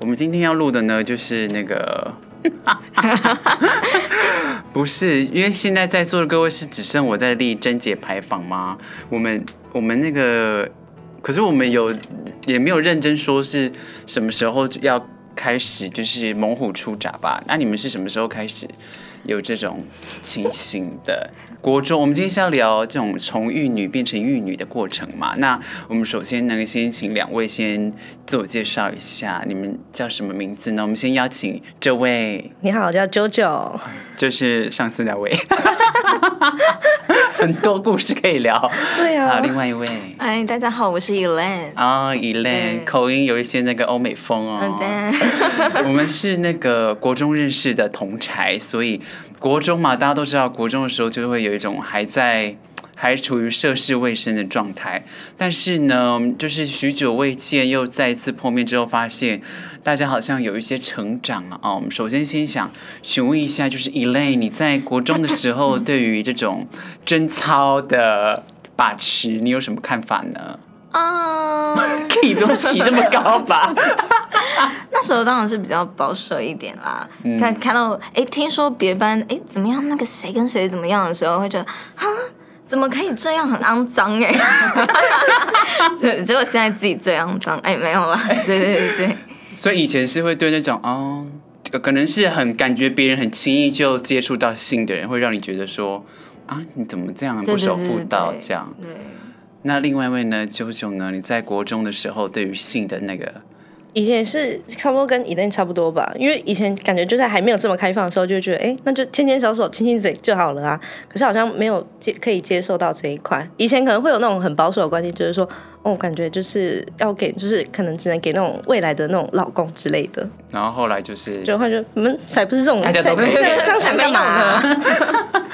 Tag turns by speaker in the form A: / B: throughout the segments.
A: 我们今天要录的呢，就是那个，不是因为现在在座的各位是只剩我在立贞节牌坊吗？我们我们那个，可是我们有也没有认真说是什么时候要开始，就是猛虎出闸吧？那你们是什么时候开始有这种情形的？国中，我们今天是要聊这种从玉女变成玉女的过程嘛？那我们首先呢，先请两位先自我介绍一下，你们叫什么名字呢？我们先邀请这位，
B: 你好，我叫 JoJo。
A: 就是上次那位， 很多故事可以聊。
B: 对
A: 好，
B: 啊，
A: 另外一位
C: 哎，大家好，我是 Elaine。
A: 啊，伊、l
C: 对
A: n 口音有一些那个欧美风
C: 嗯，
A: 哦。
C: 对，
A: 我们是那个国中认识的同才，所以国中嘛，大家都知道，国中的时候就会有一种还在。还处于涉世未深的状态，但是呢，就是许久未见，又再一次碰面之后，发现大家好像有一些成长了啊。我们首先先想询问一下，就是 Elaine，你在国中的时候对于这种贞操的把持，你有什么看法呢？
C: 啊、
A: 可以不用起这么高吧？
C: 那时候当然是比较保守一点啦。
B: 嗯
C: 但看到哎，听说别班哎怎么样，那个谁跟谁怎么样的时候，会觉得啊，怎么可以这样，很肮脏 哎。结结果现在自己最肮脏，哎，没有啦，对对对对，
A: 所以以前是会对那种哦，这个可能是很感觉别人很轻易就接触到性的人，会让你觉得说啊，你怎么这样
C: 对
A: 不
C: 对
A: 守
C: 对
A: 妇
C: 对
A: 道
C: 对
A: 这样？
C: 对。
A: 那另外一位呢，九九呢？你在国中的时候对于性的那个，
B: 以前是差不多跟 Elaine 差不多吧，因为以前感觉就在还没有这么开放的时候，就觉得哎、诶那就牵牵小手、亲亲嘴就好了啊。可是好像没有接可以接受到这一块，以前可能会有那种很保守的观念，就是说哦，感觉就是要给，就是可能只能给那种未来的那种老公之类的，
A: 然后后来就是，
B: 就会觉得我们才不是这种，
A: 大家都
B: 在
A: 没有
B: 在这样想干嘛、啊？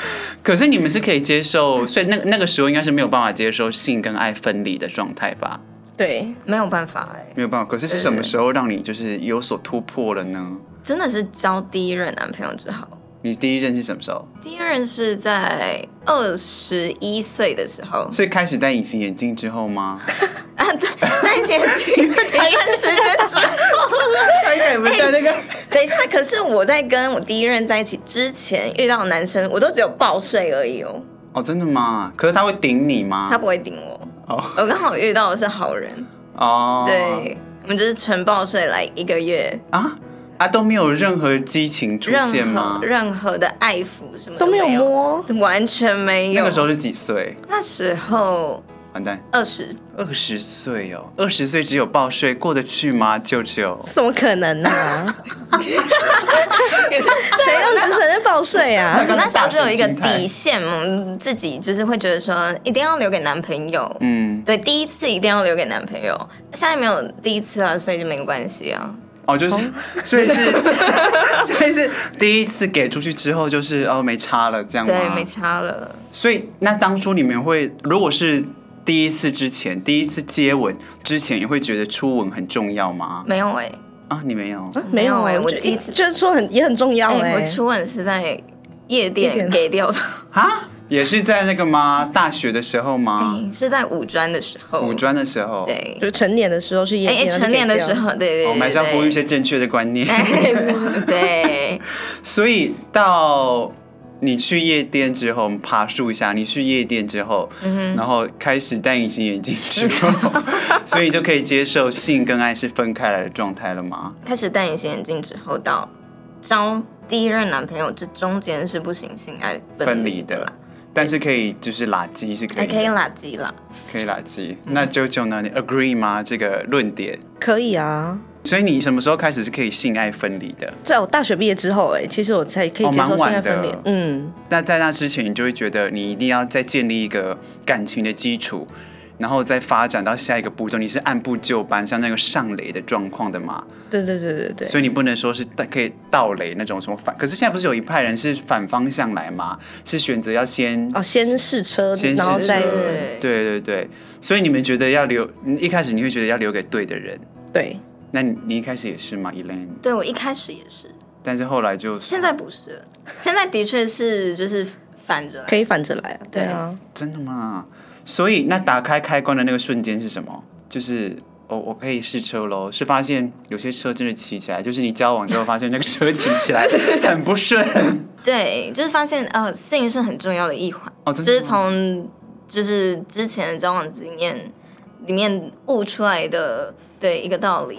A: 可是你们是可以接受，所以那那个时候应该是没有办法接受性跟爱分离的状态吧？
B: 对，
C: 没有办法哎、
A: 没有办法。可是是什么时候让你就是有所突破了呢？
C: 真的是交第一任男朋友之后，
A: 你第一任是什么时候？
C: 第一任是在二十一岁的时候，
A: 是开始戴隐形眼镜之后 吗？
C: 啊，对，那些 一段时间之后，
A: 应该有没有戴那 个？
C: 等一下，可是我在跟我第一任在一起之前遇到的男生，我都只有报睡而已哦，
A: 哦，真的吗？可是他会顶你吗？
C: 他不会顶我。
A: 哦
C: 我刚好遇到的是好人，
A: 哦，
C: 对我们就是纯报睡来一个月，
A: 啊啊都没有任何激情出现
C: 任
A: 吗
C: 何？任何的爱抚什么
B: 都
C: 没
B: 没有，摸，
C: 完全没有。
A: 那个时候是几岁？
C: 那时候
A: 完蛋，
C: 二十，
A: 二十岁哦，二十岁只有报税过得去吗？舅舅，
B: 怎么可能呢、啊？谁二十岁在报税啊？
C: 我那时候就有一个
A: 大神经态
C: 底线，嗯，自己就是会觉得说一定要留给男朋友，
A: 嗯，
C: 对，第一次一定要留给男朋友，现在没有第一次了，所以就没关系啊。
A: 哦，就是， 所以是，所以是第一次给出去之后，就是哦没差了这样吗？
C: 对，没。差了。
A: 所以那当初你们会，如果是第一次之前，第一次接吻之前，也会觉得初吻很重要吗？
C: 没有哎、
A: 啊，你没有，
B: 没有
C: 没有欸
B: 欸
C: 我
B: 就
C: 第一次
B: 就是说很也很重要
C: 哎、
B: 哎、
C: 我初吻是在夜
B: 夜
C: 店
B: 店
C: 给掉的，
A: 啊，也是在那个吗？大学的时候吗？
C: 哎 是在五专的时候。
A: 五专的时候，，哦
C: 哦对，
B: 就是成年的时候去夜
C: 哎、哎
B: 店，
C: 成年的时候，对对
A: 我
C: 对
A: 们还是要
C: 对
A: 呼吁一些正确的观念。
C: 哎 对，
A: 所以到你去夜店之后，我们爬树一下，你去夜店之后，
C: 嗯
A: 然后开始戴隐形眼镜之 后，所以你就可以接受性跟爱是分开来的状态了吗？
C: 开始戴隐形眼镜之后到交第一任男朋友，这中间是不行性爱
A: 分
C: 分
A: 离
C: 离的啦
A: 的，，但是可以就是拉鸡是可
C: 还
A: 以
C: 可以嗯
A: 的，
C: 垃圾啦。
A: 可以拉鸡。那九九呢？你 agree 吗？这个论点？
B: 可以啊。
A: 所以你什么时候开始是可以性爱分离的？
B: 在我大学毕业之后、哎，其实我才可以
A: 哦
B: 接受
A: 蛮
B: 性
A: 晚
B: 爱分
A: 的
B: 离。嗯，
A: 那在那之前，你就会觉得你一定要再建立一个感情的基础，然后再发展到下一个步骤。你是按部就班，像那个上雷的状况的嘛，
B: 对对对对对。
A: 所以你不能说是可以倒雷那种什么反。可是现在不是有一派人是反方向来嘛，是选择要先
B: 哦，先试车，
A: 先试
B: 然后
A: 车
B: 再
C: 对
A: 对对对，所以你们觉得要留，嗯一开始你会觉得要留给对的人。
B: 对，
A: 那你你一开始也是吗，Elaine？
C: 对我一开始也是，
A: 但是后来就
C: 现在不是了，现在的确是就是反着来。
B: 可以反着来啊。对啊，
A: 真的吗？所以那打开开关的那个瞬间是什么？就是哦，我可以试车喽。是发现有些车真的骑起来，就是你交往之后发现那个车骑起来 很不顺。
C: 对，就是发现呃，性是很重要的一环，
A: 哦真
C: 就
A: 的
C: 是
A: 吗
C: 从就是之前的交往经验里面悟出来的对一个道理。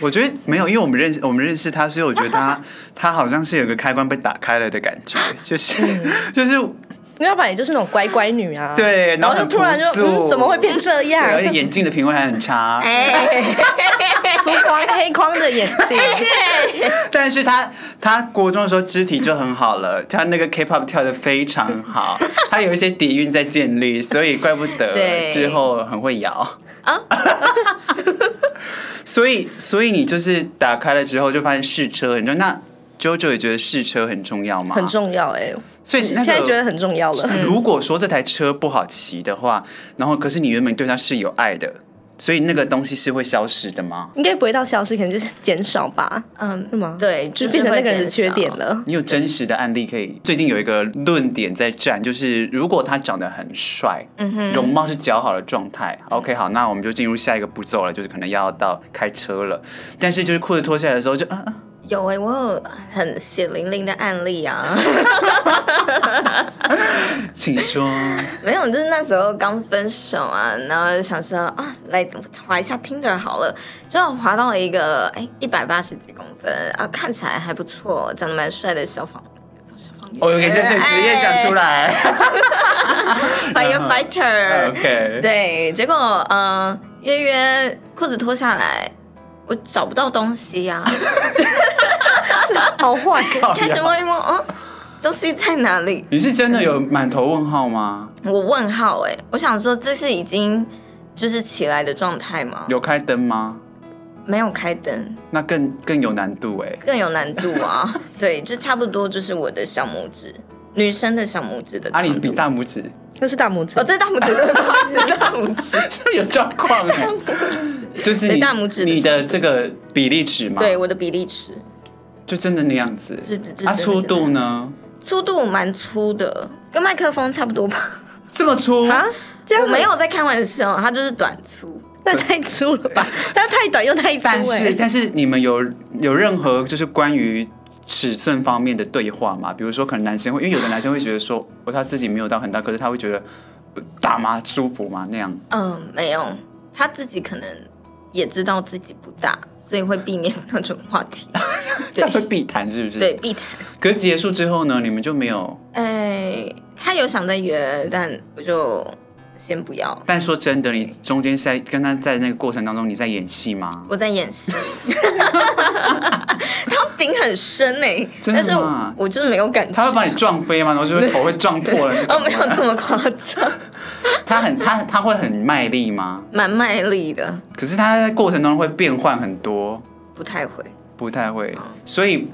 A: 我觉得没有，因为我们认识我们认识他，所以我觉得他他好像是有个开关被打开了的感觉，就是、
B: 嗯
A: 就是
B: 因为要不然也就是那种乖乖女啊，
A: 对然
B: 然
A: 后
B: 就
A: 很
B: 突然就
A: 朴素
B: 嗯，怎么会变这
A: 对，而且
B: 样？
A: 眼镜的品味还很差。
C: 哎，
B: 粗框黑框的眼睛，
A: 但是他他国中的时候肢体就很好了，他那个 K-pop 跳的非常好， 他有一些底蕴在建立，所以怪不得
C: 对
A: 之后很会摇啊。 所以所以你就是打开了之后就发现试车很重要，那 JoJo 也觉得试车很重要吗？
B: 很，重要哎、
A: 所以那个嗯
B: 现在觉得很重要了。
A: 如果说这台车不好骑的话，然后可是你原本对它是有爱的，所以那个东西是会消失的吗？
B: 应该不会到消失，可能就是减少吧，
C: 嗯，
B: 是吗？，
C: 对，
B: 就是变成那个人
C: 会
B: 的
C: 减
B: 缺
C: 少
B: 点。了。
A: 你有真实的案例可以？最近有一个论点在站，就是如果他长得很帅，
C: 嗯
A: 容貌是姣好的状态，OK，好，那我们就进入下一个步骤了，就是可能要到开车了。但是就是裤子脱下来的时候就，啊啊，
C: 有哎、我有很血淋淋的案例啊。
A: 啊请 说，哦
C: 没有，就是那时候刚分手啊，然后就想说啊，来滑一下 Tinder 好了，就滑到了一个哎一百八十几公分啊，看起来还不错，长得蛮帅的消 防消防员，
A: 我给你的职业讲出来
C: 哎
B: 啊
C: ，firefighter，、
A: ，OK，
C: 哎对，结果嗯、呃约约裤子脱下来，我找不到东西呀、
B: 好坏，啊
A: 靠
C: 开始
A: 腰
C: 摸一摸，嗯，东西在哪里？
A: 你是真的有满头问号吗？
C: 我问号哎、我想说这是已经就是起来的状态吗？
A: 有开灯吗？
C: 没有开灯，
A: 那更更有难度哎、
C: 更有难度啊。对，就差不多就是我的小拇指，女生的小拇指的
A: 啊，
C: 长
A: 你
C: 度。
A: 比大拇指
B: 那是大拇指
C: 哦，。这是大拇指，对不好意思，是大拇 指。
A: 这有状况哎、就是你
C: 对大拇指的
A: 你的这个比例尺嘛，
C: 对，，我的比例尺，
A: 就真的那样子
C: 就就。就
A: 啊，
C: 真的
A: 粗度呢？
C: 粗度蛮粗的，跟麦克风差不多吧。
A: 这么粗
B: 啊，这
C: 我
B: 样
C: 没，有在开玩笑，它就是短粗。
B: 那太粗了吧？它太短又太粗
A: 但是
B: 哎、
A: 但是你们有有任何就是关于尺寸方面的对话吗？比如说，可能男生会，因为有的男生会觉得说，哦，他自己没有到很大，可是他会觉得呃大吗？舒服吗？那样。
C: 嗯、没有，他自己可能也知道自己不大，所以会避免那种话题。对
A: 他会避谈是不是？
C: 对，。避谈。
A: 可是结束之后呢，你们就没有。
C: 哎，他有想再约，但我就先不要。
A: 但说真的，你中间在跟他在那个过程当中，你在演戏吗？
C: 我在演 戏，他顶很深哎、
A: 真的
C: 但是
A: 吗
C: 我我就是没有感觉。
A: 他会把你撞飞吗？然后就是头会撞破了那 种。
C: 哦，没有这么夸张，
A: 他很他他会很卖力吗？
C: 蛮卖力的，
A: 可是他在过程当中会变换很多，
C: 不太会。
A: 不太会。所以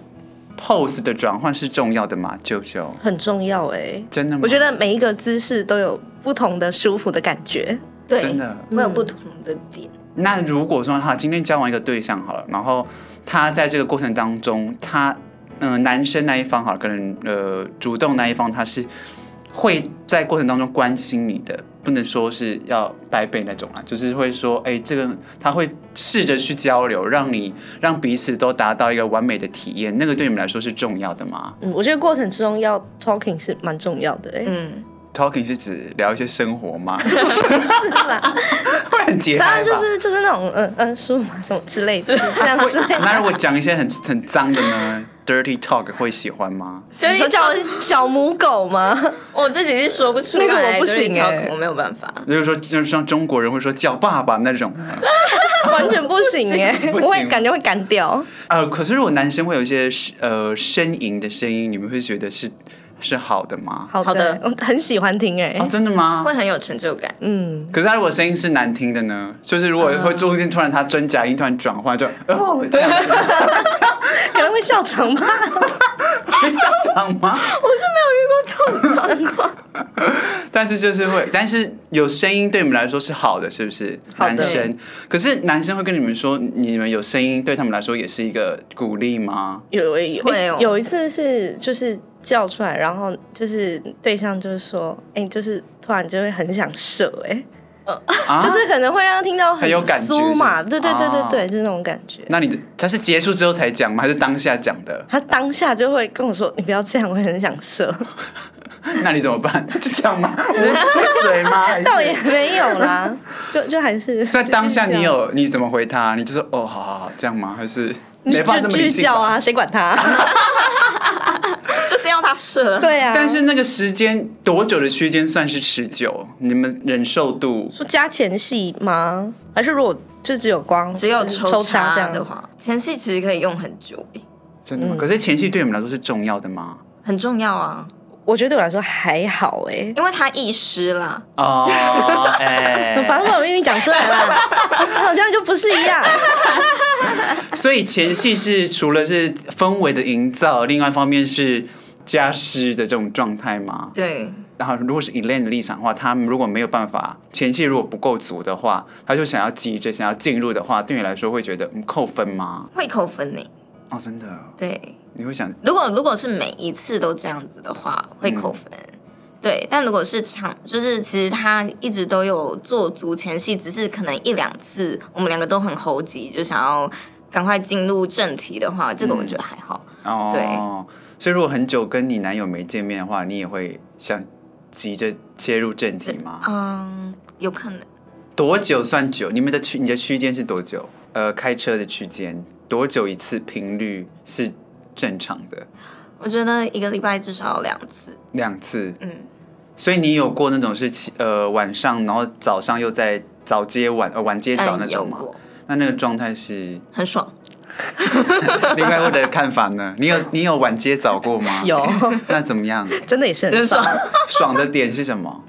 A: pose 的转换是重要的嘛？舅舅，
B: 很重要哎、
A: 真的吗？
B: 我觉得每一个姿势都有不同的舒服的感觉。
C: 对，
A: 真的
C: 会有不同的点。
A: 那如果说哈，今天交往一个对象好了，然后他在这个过程当中，他嗯、呃男生那一方好了，可能呃主动那一方他是会在过程当中关心你的，不能说是要掰背那种啊，就是会说哎、这个他会试着去交流，让你让彼此都达到一个完美的体验，那个对你们来说是重要的吗
B: 嗯，我觉得过程之中要 talking 是蛮重要的哎、
C: 嗯，
A: ？Talking 是指聊一些生活吗？
B: 是吧？
A: 会很结
B: 当
A: 巴
B: 然就是就是那种嗯嗯舒服什么之类的，这样欸之类的。
A: 那如果讲一些很很脏的呢？Dirty talk 会喜欢吗？
C: 所
B: 你说
C: 以
B: 叫我小母狗吗？
C: 我自己是说不出来，
B: 那个我不行
C: 就是
B: 欸
C: talk，我没有办法。
A: 就是说，就是像中国人会说叫爸爸那种。
B: 完全不行哎、
A: 不行
B: 我会感觉会干掉。
A: 呃，可是如果男生会有一些呃呻吟的声音，你们会觉得是是好的吗？
B: 好
C: 好的
B: 我很喜欢听哎、
A: 啊，真的吗
C: 会？很有成就感，
B: 嗯，
A: 可是他如果声音是难听的呢？就是如果会中间突然他真假音突然转换，就哦这样
B: 可能会笑场吧。
A: 会上场吗？
C: 我是没有遇过这种状况。
A: 但是就是会，但是有声音对你们来说是好的，是不是？
B: 好的
A: 男生，可是男生会跟你们说，你们有声音对他们来说也是一个鼓励吗？
B: 有有
C: 会哦
B: 有一次是就是叫出来，然后就是对象就是说，哎、就是突然就会很想射哎、
A: 啊
B: 就是可能会让他听到
A: 很有感觉
B: 酥嘛，
A: 是
B: 对对对对
A: 啊
B: 对，就是那种感觉。
A: 那你的他是结束之后才讲吗？还是当下讲的？
B: 他当下就会跟我说：“你不要这样，我很想射。
A: 那你怎么办？ 就讲吗？捂住嘴吗？还”是
B: 倒也没有啦，就就还是
A: 在当下
B: 就是
A: 你
B: 这样
A: 有你怎么回他？你就说哦，好好好，这样吗？还是
B: 你
A: 没办法
B: 就
A: 这么
B: 继
A: 理
B: 续
A: 性吧
B: 叫？啊，谁管 他？
C: 就是要他射。
B: 对啊，
A: 但是那个时间多久的区间算是持久？你们忍受度
B: 说加前戏吗？还是如果就只有光
C: 只有
B: 就是
C: 抽
B: 抽插这
C: 插
B: 样
C: 的？话，前戏其实可以用很久，欸
A: 真
B: 嗯
A: 的吗？可是前戏对你们来说是重要的吗？
C: 很重要啊，
B: 我觉得对我来说还好哎、欸。
C: 因为他一湿啦。
A: 哦，哎、
B: 把我秘密讲出来了，好像就不是一样。
A: 所以前戏是除了是氛围的营造，另外一方面是加湿的这种状态吗？
C: 对，
A: 然后，如果是 Elaine 的立场的话，他们如果没有办法前期如果不够足的话，他就想要急着想要进入的话，对你来说会觉得嗯扣分吗？
C: 会扣分呢、欸
A: 哦，真的，
C: 对，
A: 你会想
C: 如果如果是每一次都这样子的话，会扣分。对，但如果是长，就是其实他一直都有做足前戏，只是可能一两次我们两个都很猴急，就想要赶快进入正题的话，这个我觉得还好。
A: 哦，所以如果很久跟你男友没见面的话，你也会想急着切入正题吗？
C: 嗯，有可能
A: 多久算久？你们的区你的区间是多久？呃，开车的区间多久一次？频率是正常的
C: 我觉得一个礼拜至少有两次。
A: 两次。
C: 嗯，
A: 所以你有过那种是起呃晚上，然后早上又在早接晚呃晚接早那
C: 嗯，有
A: 种吗？
C: 过，
A: 那那个状态是
C: 很爽。
A: 另外我的看法呢？ 你有你有晚接早过吗？，
B: 有，
A: 那怎么样？
B: 真的也是很爽，
A: 爽的点是什么？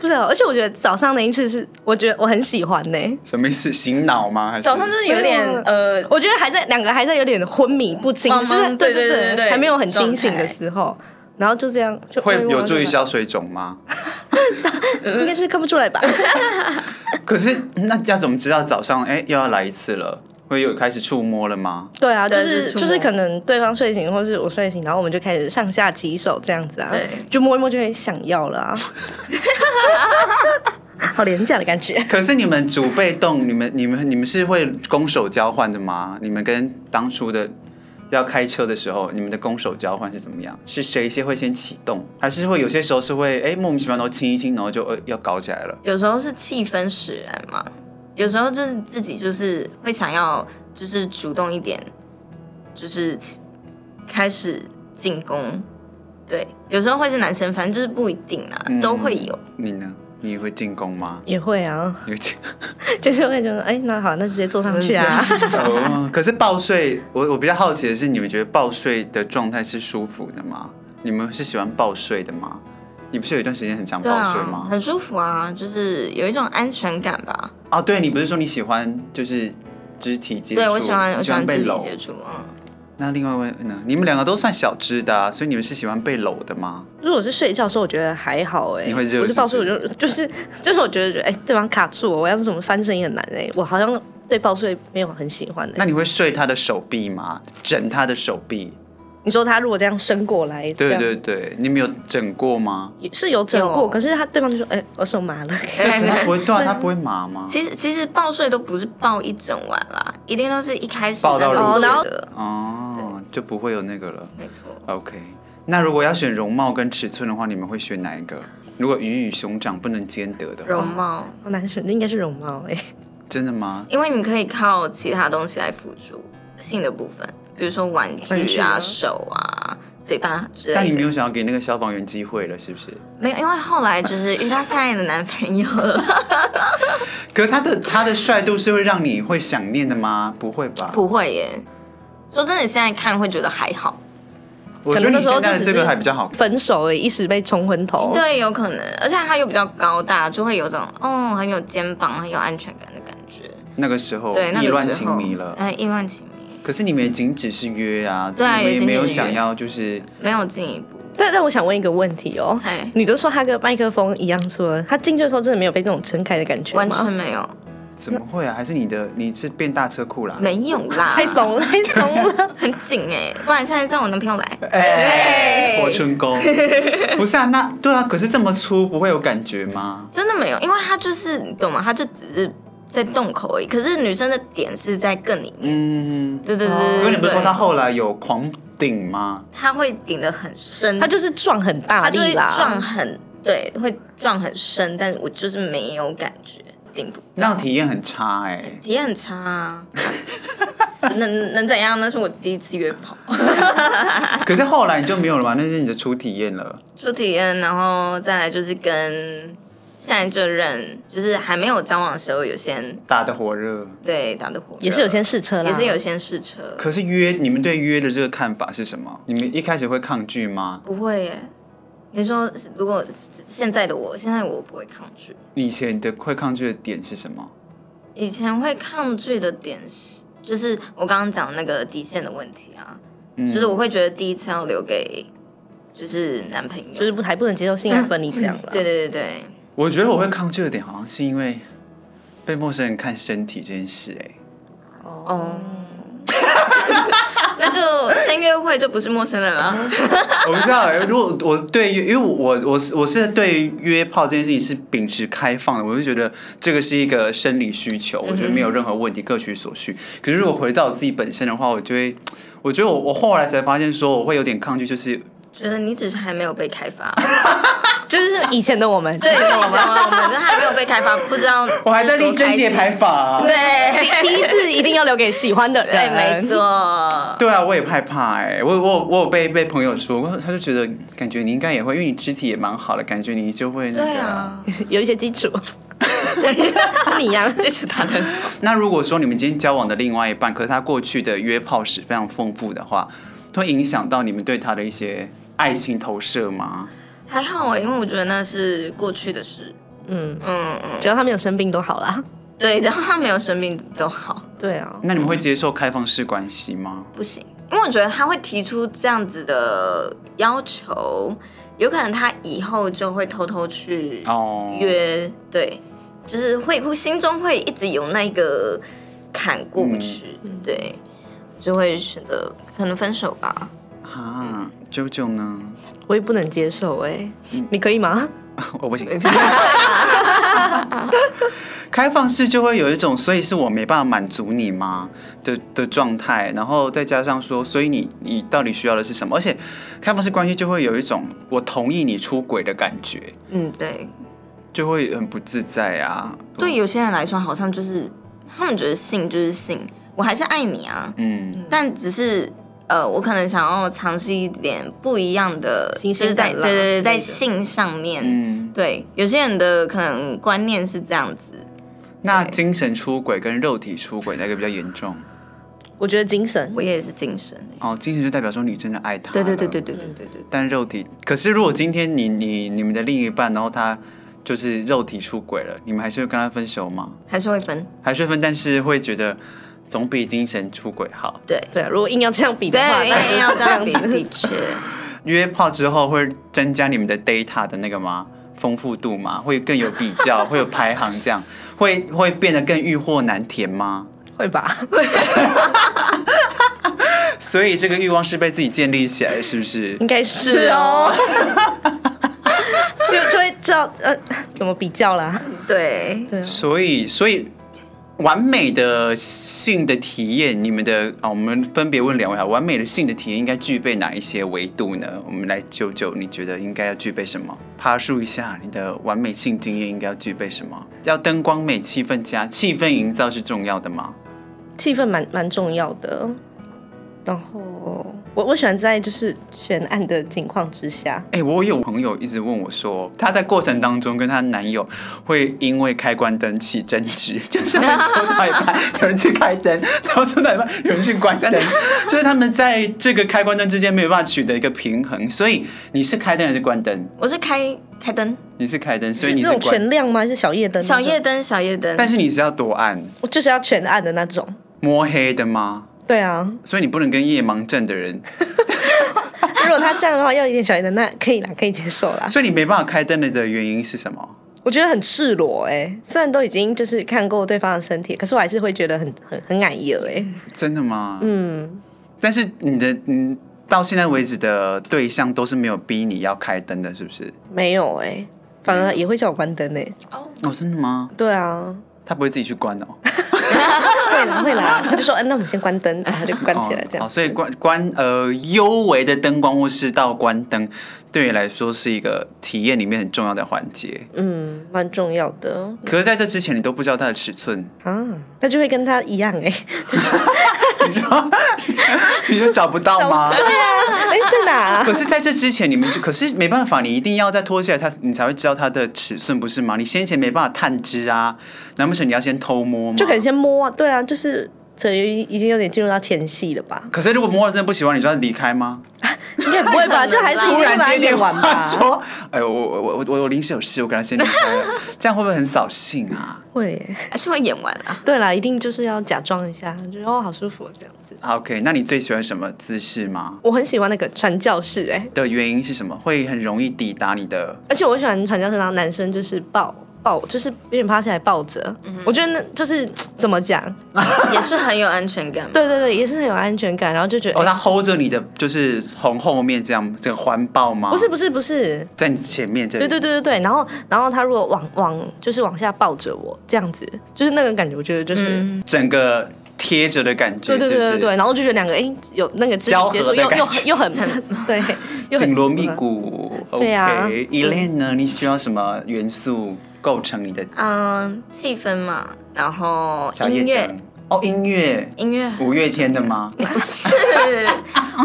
B: 不是？啊而且我觉得早上那一次是，我觉得我很喜欢呢、
A: 什么意思？醒脑吗？还是
C: 早上就是有点
B: 没有
C: 呃，
B: 我觉得还在两个还在有点昏迷不清，
C: 茫茫
B: 就是
C: 哦对
B: 对
C: 对对对
B: 还没有很清醒
C: 状态
B: 的时候，然后就这样就嗯
A: 会有助于
B: 消，
A: 消水肿吗？
B: 嗯应该是看不出来 吧？
A: 可是那要怎么知道早上哎又要来一次了？会有开始触摸了吗？
B: 对啊，就
C: 对
B: 是
C: 日出
B: 就是
C: 摸
B: 可能对方睡醒，或是我睡醒，然后我们就开始上下几手这样子啊
C: 对，
B: 就摸一摸就会想要了 啊， 好廉价的感觉。
A: 可是你们主被动，你们你们你们是会攻守交换的吗？你们跟当初的要开车的时候，你们的攻守交换是怎么样？是谁先会先启动，还是会有些时候是会哎莫名其妙然后亲一亲，然后就呃要搞起来了？
C: 有时候是气氛使然嘛，有时候就是自己就是会想要就是主动一点，就是起开始进攻。对，有时候会是男生，反正就是不一定啦，
A: 嗯
C: 都会有。
A: 你呢？你会进攻吗？
B: 也会啊，
A: 你会进？
B: 就是会觉得，哎、那好，那直接坐上去
C: 嗯
B: 啊。
A: 哦， 可是报税，我我比较好奇的是，你们觉得报税的状态是舒服的吗？你们是喜欢报税的吗？你不是有一段时间很想
C: 对
A: 报税
C: 啊，
A: 吗？
C: 很舒服啊，就是有一种安全感吧。
A: 啊，对，你不是说你喜欢就是肢体接触？
C: 对我喜欢，我
A: 你
C: 喜欢
A: 被
C: 肢体
A: 搂。
C: 接触，嗯，
A: 那另外一位呢？你们两个都算小只的、啊，所以你们是喜欢被搂的吗？
B: 如果是睡觉的时候，我觉得还好哎、
A: 你会热
B: 我
A: 是不
B: 就报
A: 是
B: 数，我就就是就是我觉得，哎、对方卡住我，我要是怎么翻身也很难哎、我好像对报睡没有很喜欢的、
A: 那你会睡他的手臂吗？枕他的手臂？
B: 你说他如果这样伸过来，这
A: 对
B: 样
A: 对对，你们有枕过吗？
B: 是有整过，
C: 有
B: 可是他对方就说，哎、我手麻了。
C: 对
A: 他不会，对啊，他不会麻吗？
C: 其实其实报税都不是报一整晚啦，一定都是一开始
A: 报到
C: 那个
A: 入
C: 录
B: 睡
C: 的，
A: 哦，就不会有那个了。
C: 没错。
A: OK，那如果要选容貌跟尺寸的话，你们会选哪一个？如果鱼与熊掌不能兼得的
C: 容
A: 话，
C: 貌，
B: 好难选，应该是容貌哎、
A: 真的吗？
C: 因为你可以靠其他东西来辅助性的部分，比如说玩
B: 玩
C: 具
B: 具
C: 啊、
B: 啊
C: 手啊、嘴巴之
A: 但你
C: 类
A: 没
C: 的。
A: 有想要给那个消防员机会了，是不是？
C: 没有，因为后来就是遇到现在的男朋 友了，
A: 可是他的他的帅度是会让你会想念的吗？不会吧？
C: 不会耶。说真的，现在看会觉得还好，
A: 我
B: 可
A: 觉得
B: 能
A: 你
B: 那时
A: 现
B: 候就
A: 在的
B: 只
A: 这
B: 是
A: 个还比较好
B: 分手哎、一时被冲昏
A: 哦
B: 头。
C: 对，有可能，而且他又比较高大，就会有种哦很有肩膀、很有安全感的感觉。
A: 那个时候
C: 对，那
A: 哦意乱
C: 个时
A: 情
C: 候
A: 迷，了。
C: 哎，意乱情迷，
A: 可是你们也仅只是约啊，
C: 对啊
A: 你们也
C: 也仅仅
A: 没有
C: 是约
A: 想要就是
C: 没有进 一步。
B: 但但我想问一个问题哦
C: 哎，
B: 你都说他跟麦克风一样粗了，他进去的时候真的没有被那种撑开的感觉吗？
C: 完全没有，
A: 怎么会啊？还是你的你是变大车库啦？
C: 没有啦，
B: 太怂了，太怂了。
C: 很紧哎、不然现在叫我男朋友来，
A: 哎
C: 哎
A: 我春宫，不是啊？那对啊，可是这么粗不会有感觉吗？
C: 真的没有，因为他就是你懂吗？他就只是在洞口而已，可是女生的点是在更里面，
A: 嗯，
C: 对
B: 哦
C: 对
A: 因为
C: 对对
A: 你不是
C: 对
A: 说他后来有狂顶吗？
C: 他会顶得很深，
B: 他就是撞很大
C: 他就会
B: 力啦，
C: 撞很对，会撞很深，但我就是没有感觉顶不，
A: 那样体验很差哎、
C: 体验很差 啊。能能怎样？那是我第一次约炮，
A: 可是后来你就没有了嘛？那是你的初体验了。
C: 初体验，然后再来就是跟现在这任，就是还没有交往的时候，有先
A: 打得火热，
C: 对打的火热，
B: 也是有先试车啦，
C: 也是有先试车，
A: 可是约你们对约的这个看法是什么？你们一开始会抗拒吗？
C: 不会耶。你说如果现在的我，现在我不会抗拒，
A: 以前的会抗拒的点是什么？
C: 以前会抗拒的点是，就是我刚刚讲的那个底线的问题啊，
A: 嗯
C: 就是我会觉得第一次要留给就是男朋友，
B: 就是不还不能接受性爱分离这样了。
C: 嗯对对对对，
A: 我觉得我会抗拒的点好像是因为被陌生人看身体这件事、哎，
C: 哦。 那就先约会就不是陌生人了，
A: 我不知道、哎如果我对，因为我我是我是对约炮这件事情是秉持开放的，我就觉得这个是一个生理需求，
C: 嗯
A: 我觉得没有任何问题，各取所需。可是如果回到我自己本身的话，我就会，我觉得我我后来才发现说我会有点抗拒，就是
C: 觉得你只是还没有被开发，
B: 就是以前的我们，
C: 对，我们我们这还没有被开发，不知道
A: 我还在立贞节牌坊、
C: 对啊
B: 第一次一定要留给喜欢的人，
C: 对，没错，
A: 对啊，我也害怕哎、我我我有被被朋友说，过，他就觉得感觉你应该也会，因为你肢体也蛮好的，感觉你就会那个。
C: 对啊。
B: 有一些 基础。你呀、基础打的
A: 那如果说你们今天交往的另外一半，可是他过去的约炮史非常丰富的话，会影响到你们对他的一些爱情投射吗？
C: 还好啊、因为我觉得那是过去的事。
B: 嗯
C: 嗯嗯，
B: 只要他没有生病都好啦。
C: 对，只要他没有生病都好，
B: 对啊，
A: 那你们会接受开放式关系吗？
C: 不行，因为我觉得他会提出这样子的要求，有可能他以后就会偷偷去
A: 哦，
C: 约，对，就是会会心中会一直有那个坎过不去，对，就会选择可能分手吧。
A: 啊，啾啾呢？
B: 我也不能接受哎、你可以吗？
A: 我不行。开放式就会有一种，所以是我没办法满足你吗的的状态，然后再加上说，所以你你到底需要的是什么？而且开放式关系就会有一种我同意你出轨的感觉，
C: 嗯，对，
A: 就会很不自在啊。
C: 对，有些人来说好像就是他们觉得性就是性，我还是爱你啊，
A: 嗯，
C: 但只是呃，我可能想要尝试一点不一样的，
B: 新
C: 就是
B: 鲜
C: 在对
B: 感啦
C: 对
B: 之类
C: 对，
B: 的
C: 在性上面，
A: 嗯
C: 对有些人的可能观念是这样子，
A: 那精神出轨跟肉体出轨哪个比较严重？
B: 我觉得精神
C: 我也是精神欸嗯的，
A: 哦，精神就代表说你真的爱他，
C: 对对对对。对对对对，
A: 但肉体，可是如果今天你你你们的另一半，然后他就是肉体出轨了，你们还是会跟他分手吗？
C: 还是会分，
A: 还睡分，但是会觉得总比精神出轨好。
C: 对
B: 对啊，如果硬要这样比的
C: 对
B: 话，，
C: 因为要这样比，
B: 那就是
C: 的确，
A: 约炮之后会增加你们的 data 的那个吗？丰富度吗？会更有比较，会有排行这样，会会变得更欲壑难填吗？
B: 会吧？
A: 所以这个欲望是被自己建立起来的，是不是
B: 应？该是哦。 就就会知道呃怎么比较啦，
C: 对，
B: 对啊，
A: 所以所以完美的性的体验，你们的啊，我们分别问两位哈，啊完美的性的体验应该具备哪一些维度呢？我们来九九，你觉得应该要具备什么？爬树一下，你的完美性经验应该要具备什么？要灯光美、气氛佳，气氛营造是重要的吗？
B: 气氛蛮蛮重要的。然后我我喜欢在就是全暗的情况之下，
A: 哎、我有朋友一直问我说，她在过程当中跟她男友会因为开关灯起争执， 就是他们说到一半有人去开灯，然后说到一半有人去关灯，就是他们在这个开关灯之间没有办法取得一个平衡。所以你是开灯还是关灯？
C: 我是开开灯，
A: 你是开灯，所以
B: 是
A: 你
B: 那
A: 是
B: 种
A: 关，
B: 全亮吗？还是小夜灯？
C: 小夜，灯，小夜灯，
A: 但是你是要多暗，
B: 我就是要全暗的那种。
A: 摸黑的吗？
B: 对啊，
A: 所以你不能跟夜盲症的人，
B: 如果他这样的话，要一点小夜灯，那可以啦，可以接受啦。
A: 所以你没办法开灯的的原因是什么？
B: 我觉得很赤裸哎、虽然都已经就是看过对方的身体，可是我还是会觉得很很很感意哎、
A: 真的吗？嗯。但是你的你到现在为止的对象都是没有逼你要开灯的，是不是？
B: 没有哎、反而也会叫我关灯哎、
A: 哦，真的吗？
B: 对啊，
A: 他不会自己去关哦。
B: 会啦会啦，他就说嗯，那我们先关灯，然后就关起来这样。
A: 哦，哦所以关关呃幽微的灯光或是到关灯，对你来说是一个体验里面很重要的环节。
B: 嗯，蛮重要的
A: 可是在这之前，你都不知道它的尺寸，
B: 啊，那就会跟他一样哎、
A: 你说你就找不到吗？
B: 哎、在哪、
A: 可是在这之前，你们就可是没办法，你一定要再脱下来它，你才会知道它的尺寸，不是吗？你先前没办法探知啊，难不成你要先偷摸吗？
B: 就可能先摸啊，对啊，就是这已经有点进入到前戏了吧？
A: 可是如果摸了真的不喜欢，你就要离开吗？
B: 应该不会吧？就还是一
A: 突
B: 定会
A: 然
B: 把它
A: 接
B: 演
A: 电
B: 完
A: 话
B: 吧？
A: 说：“哎呦，我我我我我临时有事，我跟他先离开 了。”这样会不会很扫兴啊？
B: 会欸、
C: 还是会演完啊？
B: 对啦，一定就是要假装一下，觉得哦好舒服这样子。
A: 好啊 OK，那你最喜欢什么姿势吗？
B: 我很喜欢那个传教士哎、
A: 的原因是什么？会很容易抵达你的
B: 而且我喜欢传教士，然后男生就是抱抱，就是有点趴下来抱着，
A: 嗯
B: 我觉得那就是怎么讲？
C: 也是很有安全感。，
B: 对对对，也是很有安全感，然后就觉得、
A: 哦，
B: 哎
A: 他 hold 着你的，就是从后面这样这个环抱吗？
B: 不是，不是不是，
A: 在你前面这里。
B: 对对对对对，然后然后他如果往往就是往下抱着我这样子，就是那个感觉，我觉得就是。
C: 嗯
A: 整个贴着的感觉，
B: 对对
A: 嗯是不
B: 对
A: 是
B: 对对，然后就觉得两个哎、有那个肢体接
A: 交
B: 触，
A: 合的
B: 又
A: 感
B: 又
A: 觉
B: 又很 对，又
A: 紧
B: 很
A: 锣
B: 符合
A: 密。鼓。
B: 对啊
A: OK，Elaine 呢？你需要什么元素构成你的
C: 嗯，气氛嘛，然后
A: 小夜
C: 音乐
A: 灯，？哦，音乐，
C: 音乐
A: 五月天的吗？
C: 不是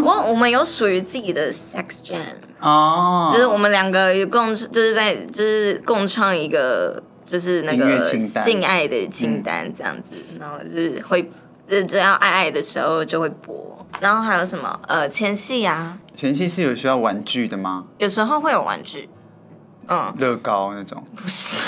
C: 我，我们有属于自己的 sex jam，
A: 哦，
C: 就是我们两个有共，就是在就是共创一个就是那
A: 音乐
C: 个
A: 清单嗯
C: 性爱的清单这样子，然后就是会只只要爱爱的时候就会播，然后还有什么呃前戏啊，
A: 前戏是有需要玩具的吗？
C: 有时候会有玩具，嗯，
A: 乐高那种，
C: 不是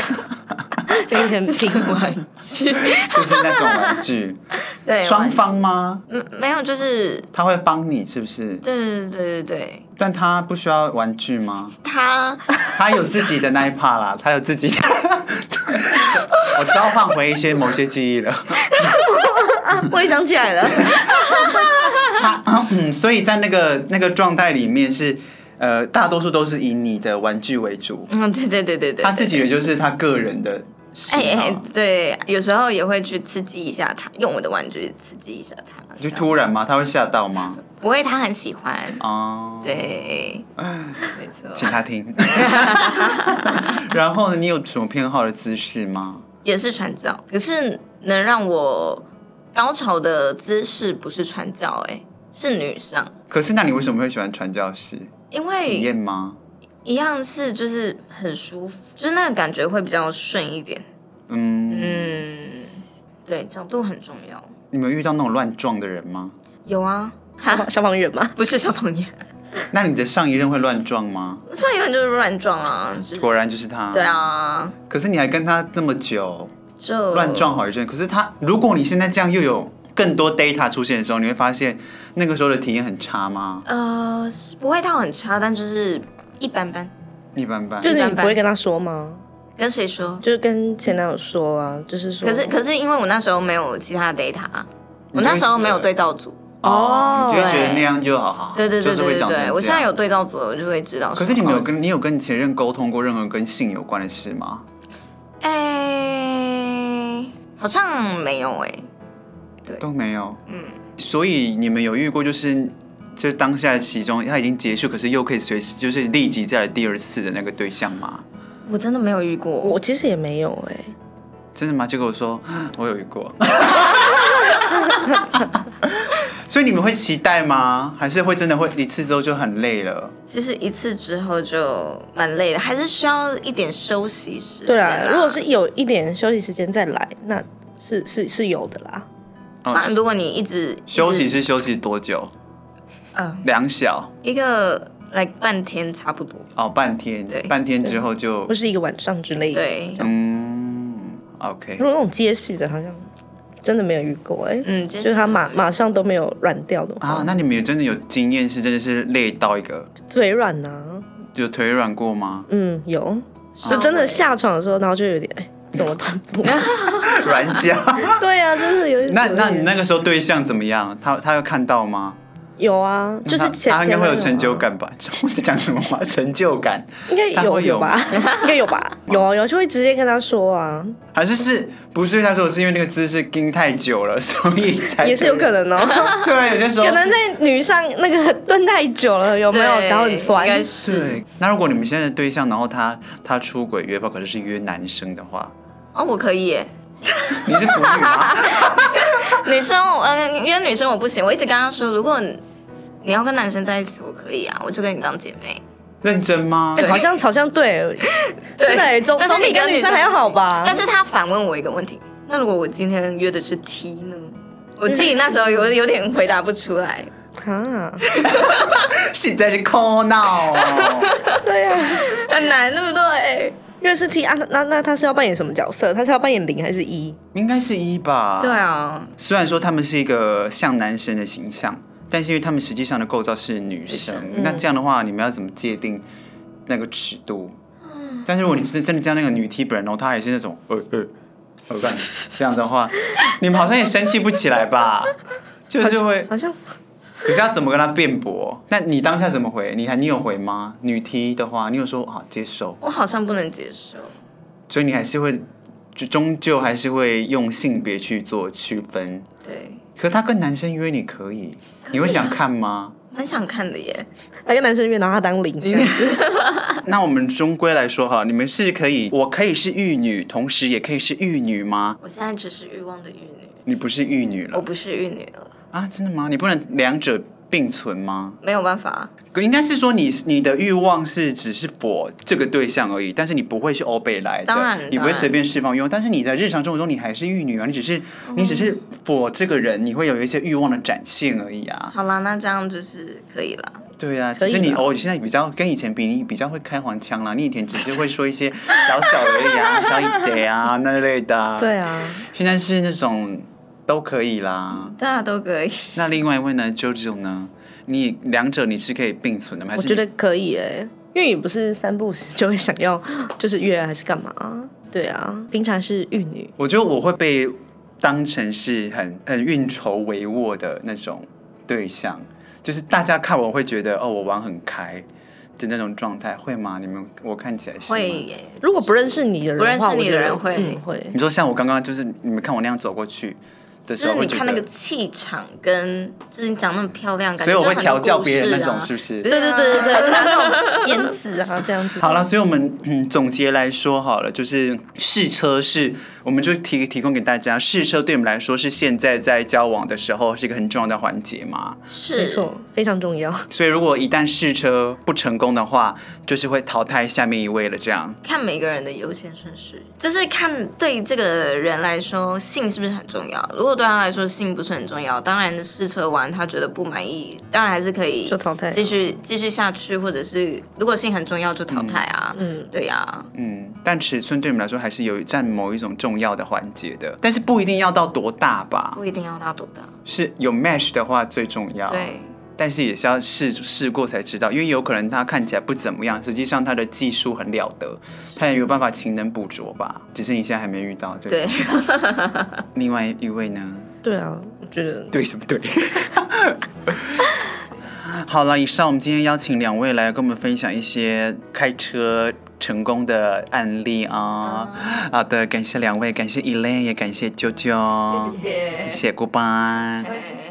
B: 有点平
C: 玩具，
A: 就是那种玩 具，
C: 对，
A: 双
C: 玩
A: 方吗？
C: 嗯没有就是。
A: 他会帮你是不是？
C: 对对对对对，
A: 但他不需要玩具吗？
C: 他
A: 他有自己的那一 part 啦，他有自己的。 我召唤回一些某些记忆了。
B: 我也想起 来了，
A: 他嗯，所以在那个那个状态里面是，呃，大多数都是以你的玩具为主，
C: 嗯，对对对对对，
A: 他自己也哦就是他个人的喜
C: 哎哎、
A: 好。
C: 对，有时候也会去刺激一下他，用我的玩具刺激一下他，
A: 就突然吗？他会吓到吗？
C: 不会他很喜欢，
A: 哦、
C: 对，
A: 嗯
C: 没错，
A: 请他听。然后呢，你有什么偏好的姿势吗？
C: 也是传教，可是能让我高潮的姿势不是传教、哎，是女上，
A: 可是，那你为什么会喜欢传教士？
C: 因
A: 体
C: 为
A: 验吗？
C: 一样是就是很舒服，就是那个感觉会比较顺一点，
A: 嗯，
C: 嗯，对，角度很重要，
A: 你们遇到那种乱撞的人吗？
C: 有啊，
B: 消防员嘛，
C: 不是小朋友，
A: 那你的上一任会乱撞吗？
C: 上一轮就是乱撞啊，就是
A: 果然就是他。
C: 对。啊，
A: 可是你还跟他那么久，
C: 就
A: 乱撞好一阵。可是他，如果你现在这样又有更多 data 出现的时候，你会发现那个时候的体验很差吗？
C: 呃，是不会到很差，但就是一般般。
A: 一般般。
B: 就是你
C: 般般
B: 不会跟他说吗？
C: 跟谁说？
B: 就是跟前男友说啊，就是说，
C: 可是可是因为我那时候没有其他的 data，我那时候没有对照组。
A: 哦，你就会觉得
C: 对
A: 那样就好好。
C: 对对对
A: 就是
C: 对
A: 会
C: 对
A: 长成这
C: 对，
A: 样
C: 我现在有对照组了，我就会知道说。
A: 可是你们有
C: 哦
A: 跟你有跟前任沟通过任何跟性有关的事吗？
C: 哎、好像没有哎、
A: 都没有。嗯，所以你们有遇过就是就当下其中他已经结束，可是又可以随时就是立即再来第二次的那个对象吗？
C: 我真的没有遇过。
B: 我其实也没有哎、
A: 真的吗？结果我说我有遇过。 所以你们会期待吗？还是会真的会一次之后就很累了？
C: 其实一次之后就蛮累的，还是需要一点休息时间啊
B: 对
C: 啦。
A: 啊
B: 啦，如果是有一点休息时间再来，那是是是有的啦。
A: 哦
C: 那如果你一直
A: 休息
C: 一直
A: 是休息多久？
C: 嗯，
A: 两小
C: 一个来半天差不多。
A: 哦，半天
C: 对，
A: 半天之后就
B: 或是一个晚上之类的。
C: 对，
A: 嗯，OK
B: 如。果那种接续的，好像真的没有遇过哎、
C: 嗯，
B: 就
C: 就是
B: 他马马上都没有软掉的
A: 啊
B: 话，，
A: 那你们有真的有经验是真的是累到一个
B: 腿软啊，
A: 有腿软过吗？
C: 啊
B: 嗯，有，就真的下床的时候，然后就有点哎怎么整 不？
A: 软脚。
B: 对啊，真的有一 点。
A: 那那你那个时候对象怎么样？他他有看到吗？
B: 有啊，就是前
A: 他他应该会有
B: 前男友
A: 成
B: 啊
A: 就感吧？ 我在讲什么话？成就感
B: 应该
A: 他
B: 有
A: 会有
B: 有吧？ 应该有吧？有啊有啊，就会直接跟他说啊，
A: 还是是不是？他说我是因为那个姿势盯太久了，所以才
B: 也是有可。能哦。
A: 对，有些时候
B: 可
A: 是
B: 能在女上那个蹲太久了，有没有
C: 对
B: 脚很酸
C: 应？该是
A: 对。那如果你们现在的对象，然后他他出轨约炮，可是是约男生的 话，
C: 哦，我可以耶。
A: 你是腐女吗？
C: 女生，嗯，约女生我不行，我一直跟她说，如果你要跟男生在一起，我可以啊，我就跟你当姐妹。
A: 认真吗？
B: 哎好像好像对，真的总
C: 但是
B: 总比
C: 你跟
B: 跟女
C: 女
B: 生
C: 生
B: 还要好吧？
C: 但是她反问我一个问题，那如果我今天约的是 T 呢？我自己那时候有有点回答不出 来，
B: 啊，
A: 现在是 call now，
B: 对啊，
C: 很难，对不对？
B: 瑞士 T 啊，那那那他是要扮演什么角色？他是要扮演零还是一？
A: 应该是一吧？
C: 对。啊，
A: 虽然说他们是一个像男生的形象，但是因为他们实际上的构造是女生，那这样的话，你们要怎么界定那个尺度？但是如果你真真的叫那个女 T 本人，然后她也是那种呃呃呃干这样的话，你们好像也生气不起来吧？就是会，
B: 好像
A: 可是要怎么跟她辩驳？那你当下怎么回？你还你有回吗？女 T 的话，你有说啊接受，
C: 我好像不能接受。
A: 所以你还是会，就终究还是会用性别去做区分。
C: 对，
A: 可他跟男生约你可以，你会想看吗？
C: 蛮想看的耶。
B: 他跟男生约，然后他当零，这样
A: 那我们终归来说哈，你们是可以，我可以是玉女，同时也可以是玉女吗？
C: 我现在只是欲望的玉女，
A: 你不是玉女
C: 我
A: 了
C: 不是玉女了，
A: 啊？真的吗？你不能两者并存吗？
C: 没有办法。
A: 应该是说你你的欲望是只是我这个对象而已，但是你不会去欧北来的，
C: 当然
A: 你不会
C: 当然
A: 随便释放欲望，但是你在日常生活中你还是玉女啊，你只是、你只是我这个人，你会有一些欲望的展现而已啊。
C: 好啦，那这样就是可以了。
A: 对啊，
B: 可
A: 只
B: 以
A: 是你
B: 吧
A: 哦，你现在比较跟以前比，你比较会开黄腔 啦。你以前只是会说一些小小的而已啊，小一点啊那类的、啊。
B: 对，啊，
A: 现在是那种都可以啦。
C: 大家都可以。
A: 那另外一位呢，JoJo 呢？你两者你是可以并存的吗？还
B: 我
A: 是
B: 觉
A: 你
B: 得可以哎、因为也不是三不五时就会想要就是约还是干嘛。对啊，平常是玉女，
A: 我觉得我会被当成是很很运筹帷幄的那种对象，就是大家看我会觉得哦，我玩很开的那种状态，会吗？你们我看起来是吗
C: 会耶，
B: 如果不认识你的人的话，
C: 不认识你的人
B: 我觉得
C: 会
B: 嗯会，
A: 你说像我刚刚就是你们看我那样走过去的时
C: 就
A: 候，
C: 是你
A: 会觉
C: 看那
A: 得
C: 个气场跟，就是你长那么漂亮，感
A: 所
C: 觉
A: 以我会
C: 就很
A: 调
C: 多
A: 教
C: 故
A: 别人
C: 事
A: 那种，
C: 啊
A: 是不是？
B: 对对对对对，拿那种颜值啊这样子。
A: 好了，所以我们嗯总结来说好了，就是试车是，我们就提提供给大家，试车对我们来说是现在在交往的时候是一个很重要的环节嘛。
C: 是
B: 没错，非常重要。
A: 所以如果一旦试车不成功的话，就是会淘汰下面一位了。这样，
C: 看每个人的优先顺序，就是看对这个人来说性是不是很重要。如果对他来说性不是很重要，当然试车完他觉得不满意，当然还是可以
B: 就淘汰啊
C: 继续继续下去，或者是如果性很重要就淘汰啊。嗯，对呀、
A: 嗯，但尺寸对我们来说还是有占某一种重要的环节的，但是不一定要到多大吧，
C: 啊不一定要他多大，
A: 是有 match 的话最重要。
C: 对，
A: 但是也是要试试过才知道，因为有可能他看起来不怎么样，实际上他的技术很了得，他也有办法勤能补拙吧。只是你现在还没遇到这个。
C: 对，
A: 另外一位呢？
B: 对啊，我觉得
A: 对什么对？ 好了，以上我们今天邀请两位来跟我们分享一些开车成功的案例啊。好的，感谢两位，感谢 Elaine，也感谢啾啾，
C: 谢
A: 谢谢，Goodbye。
C: 谢。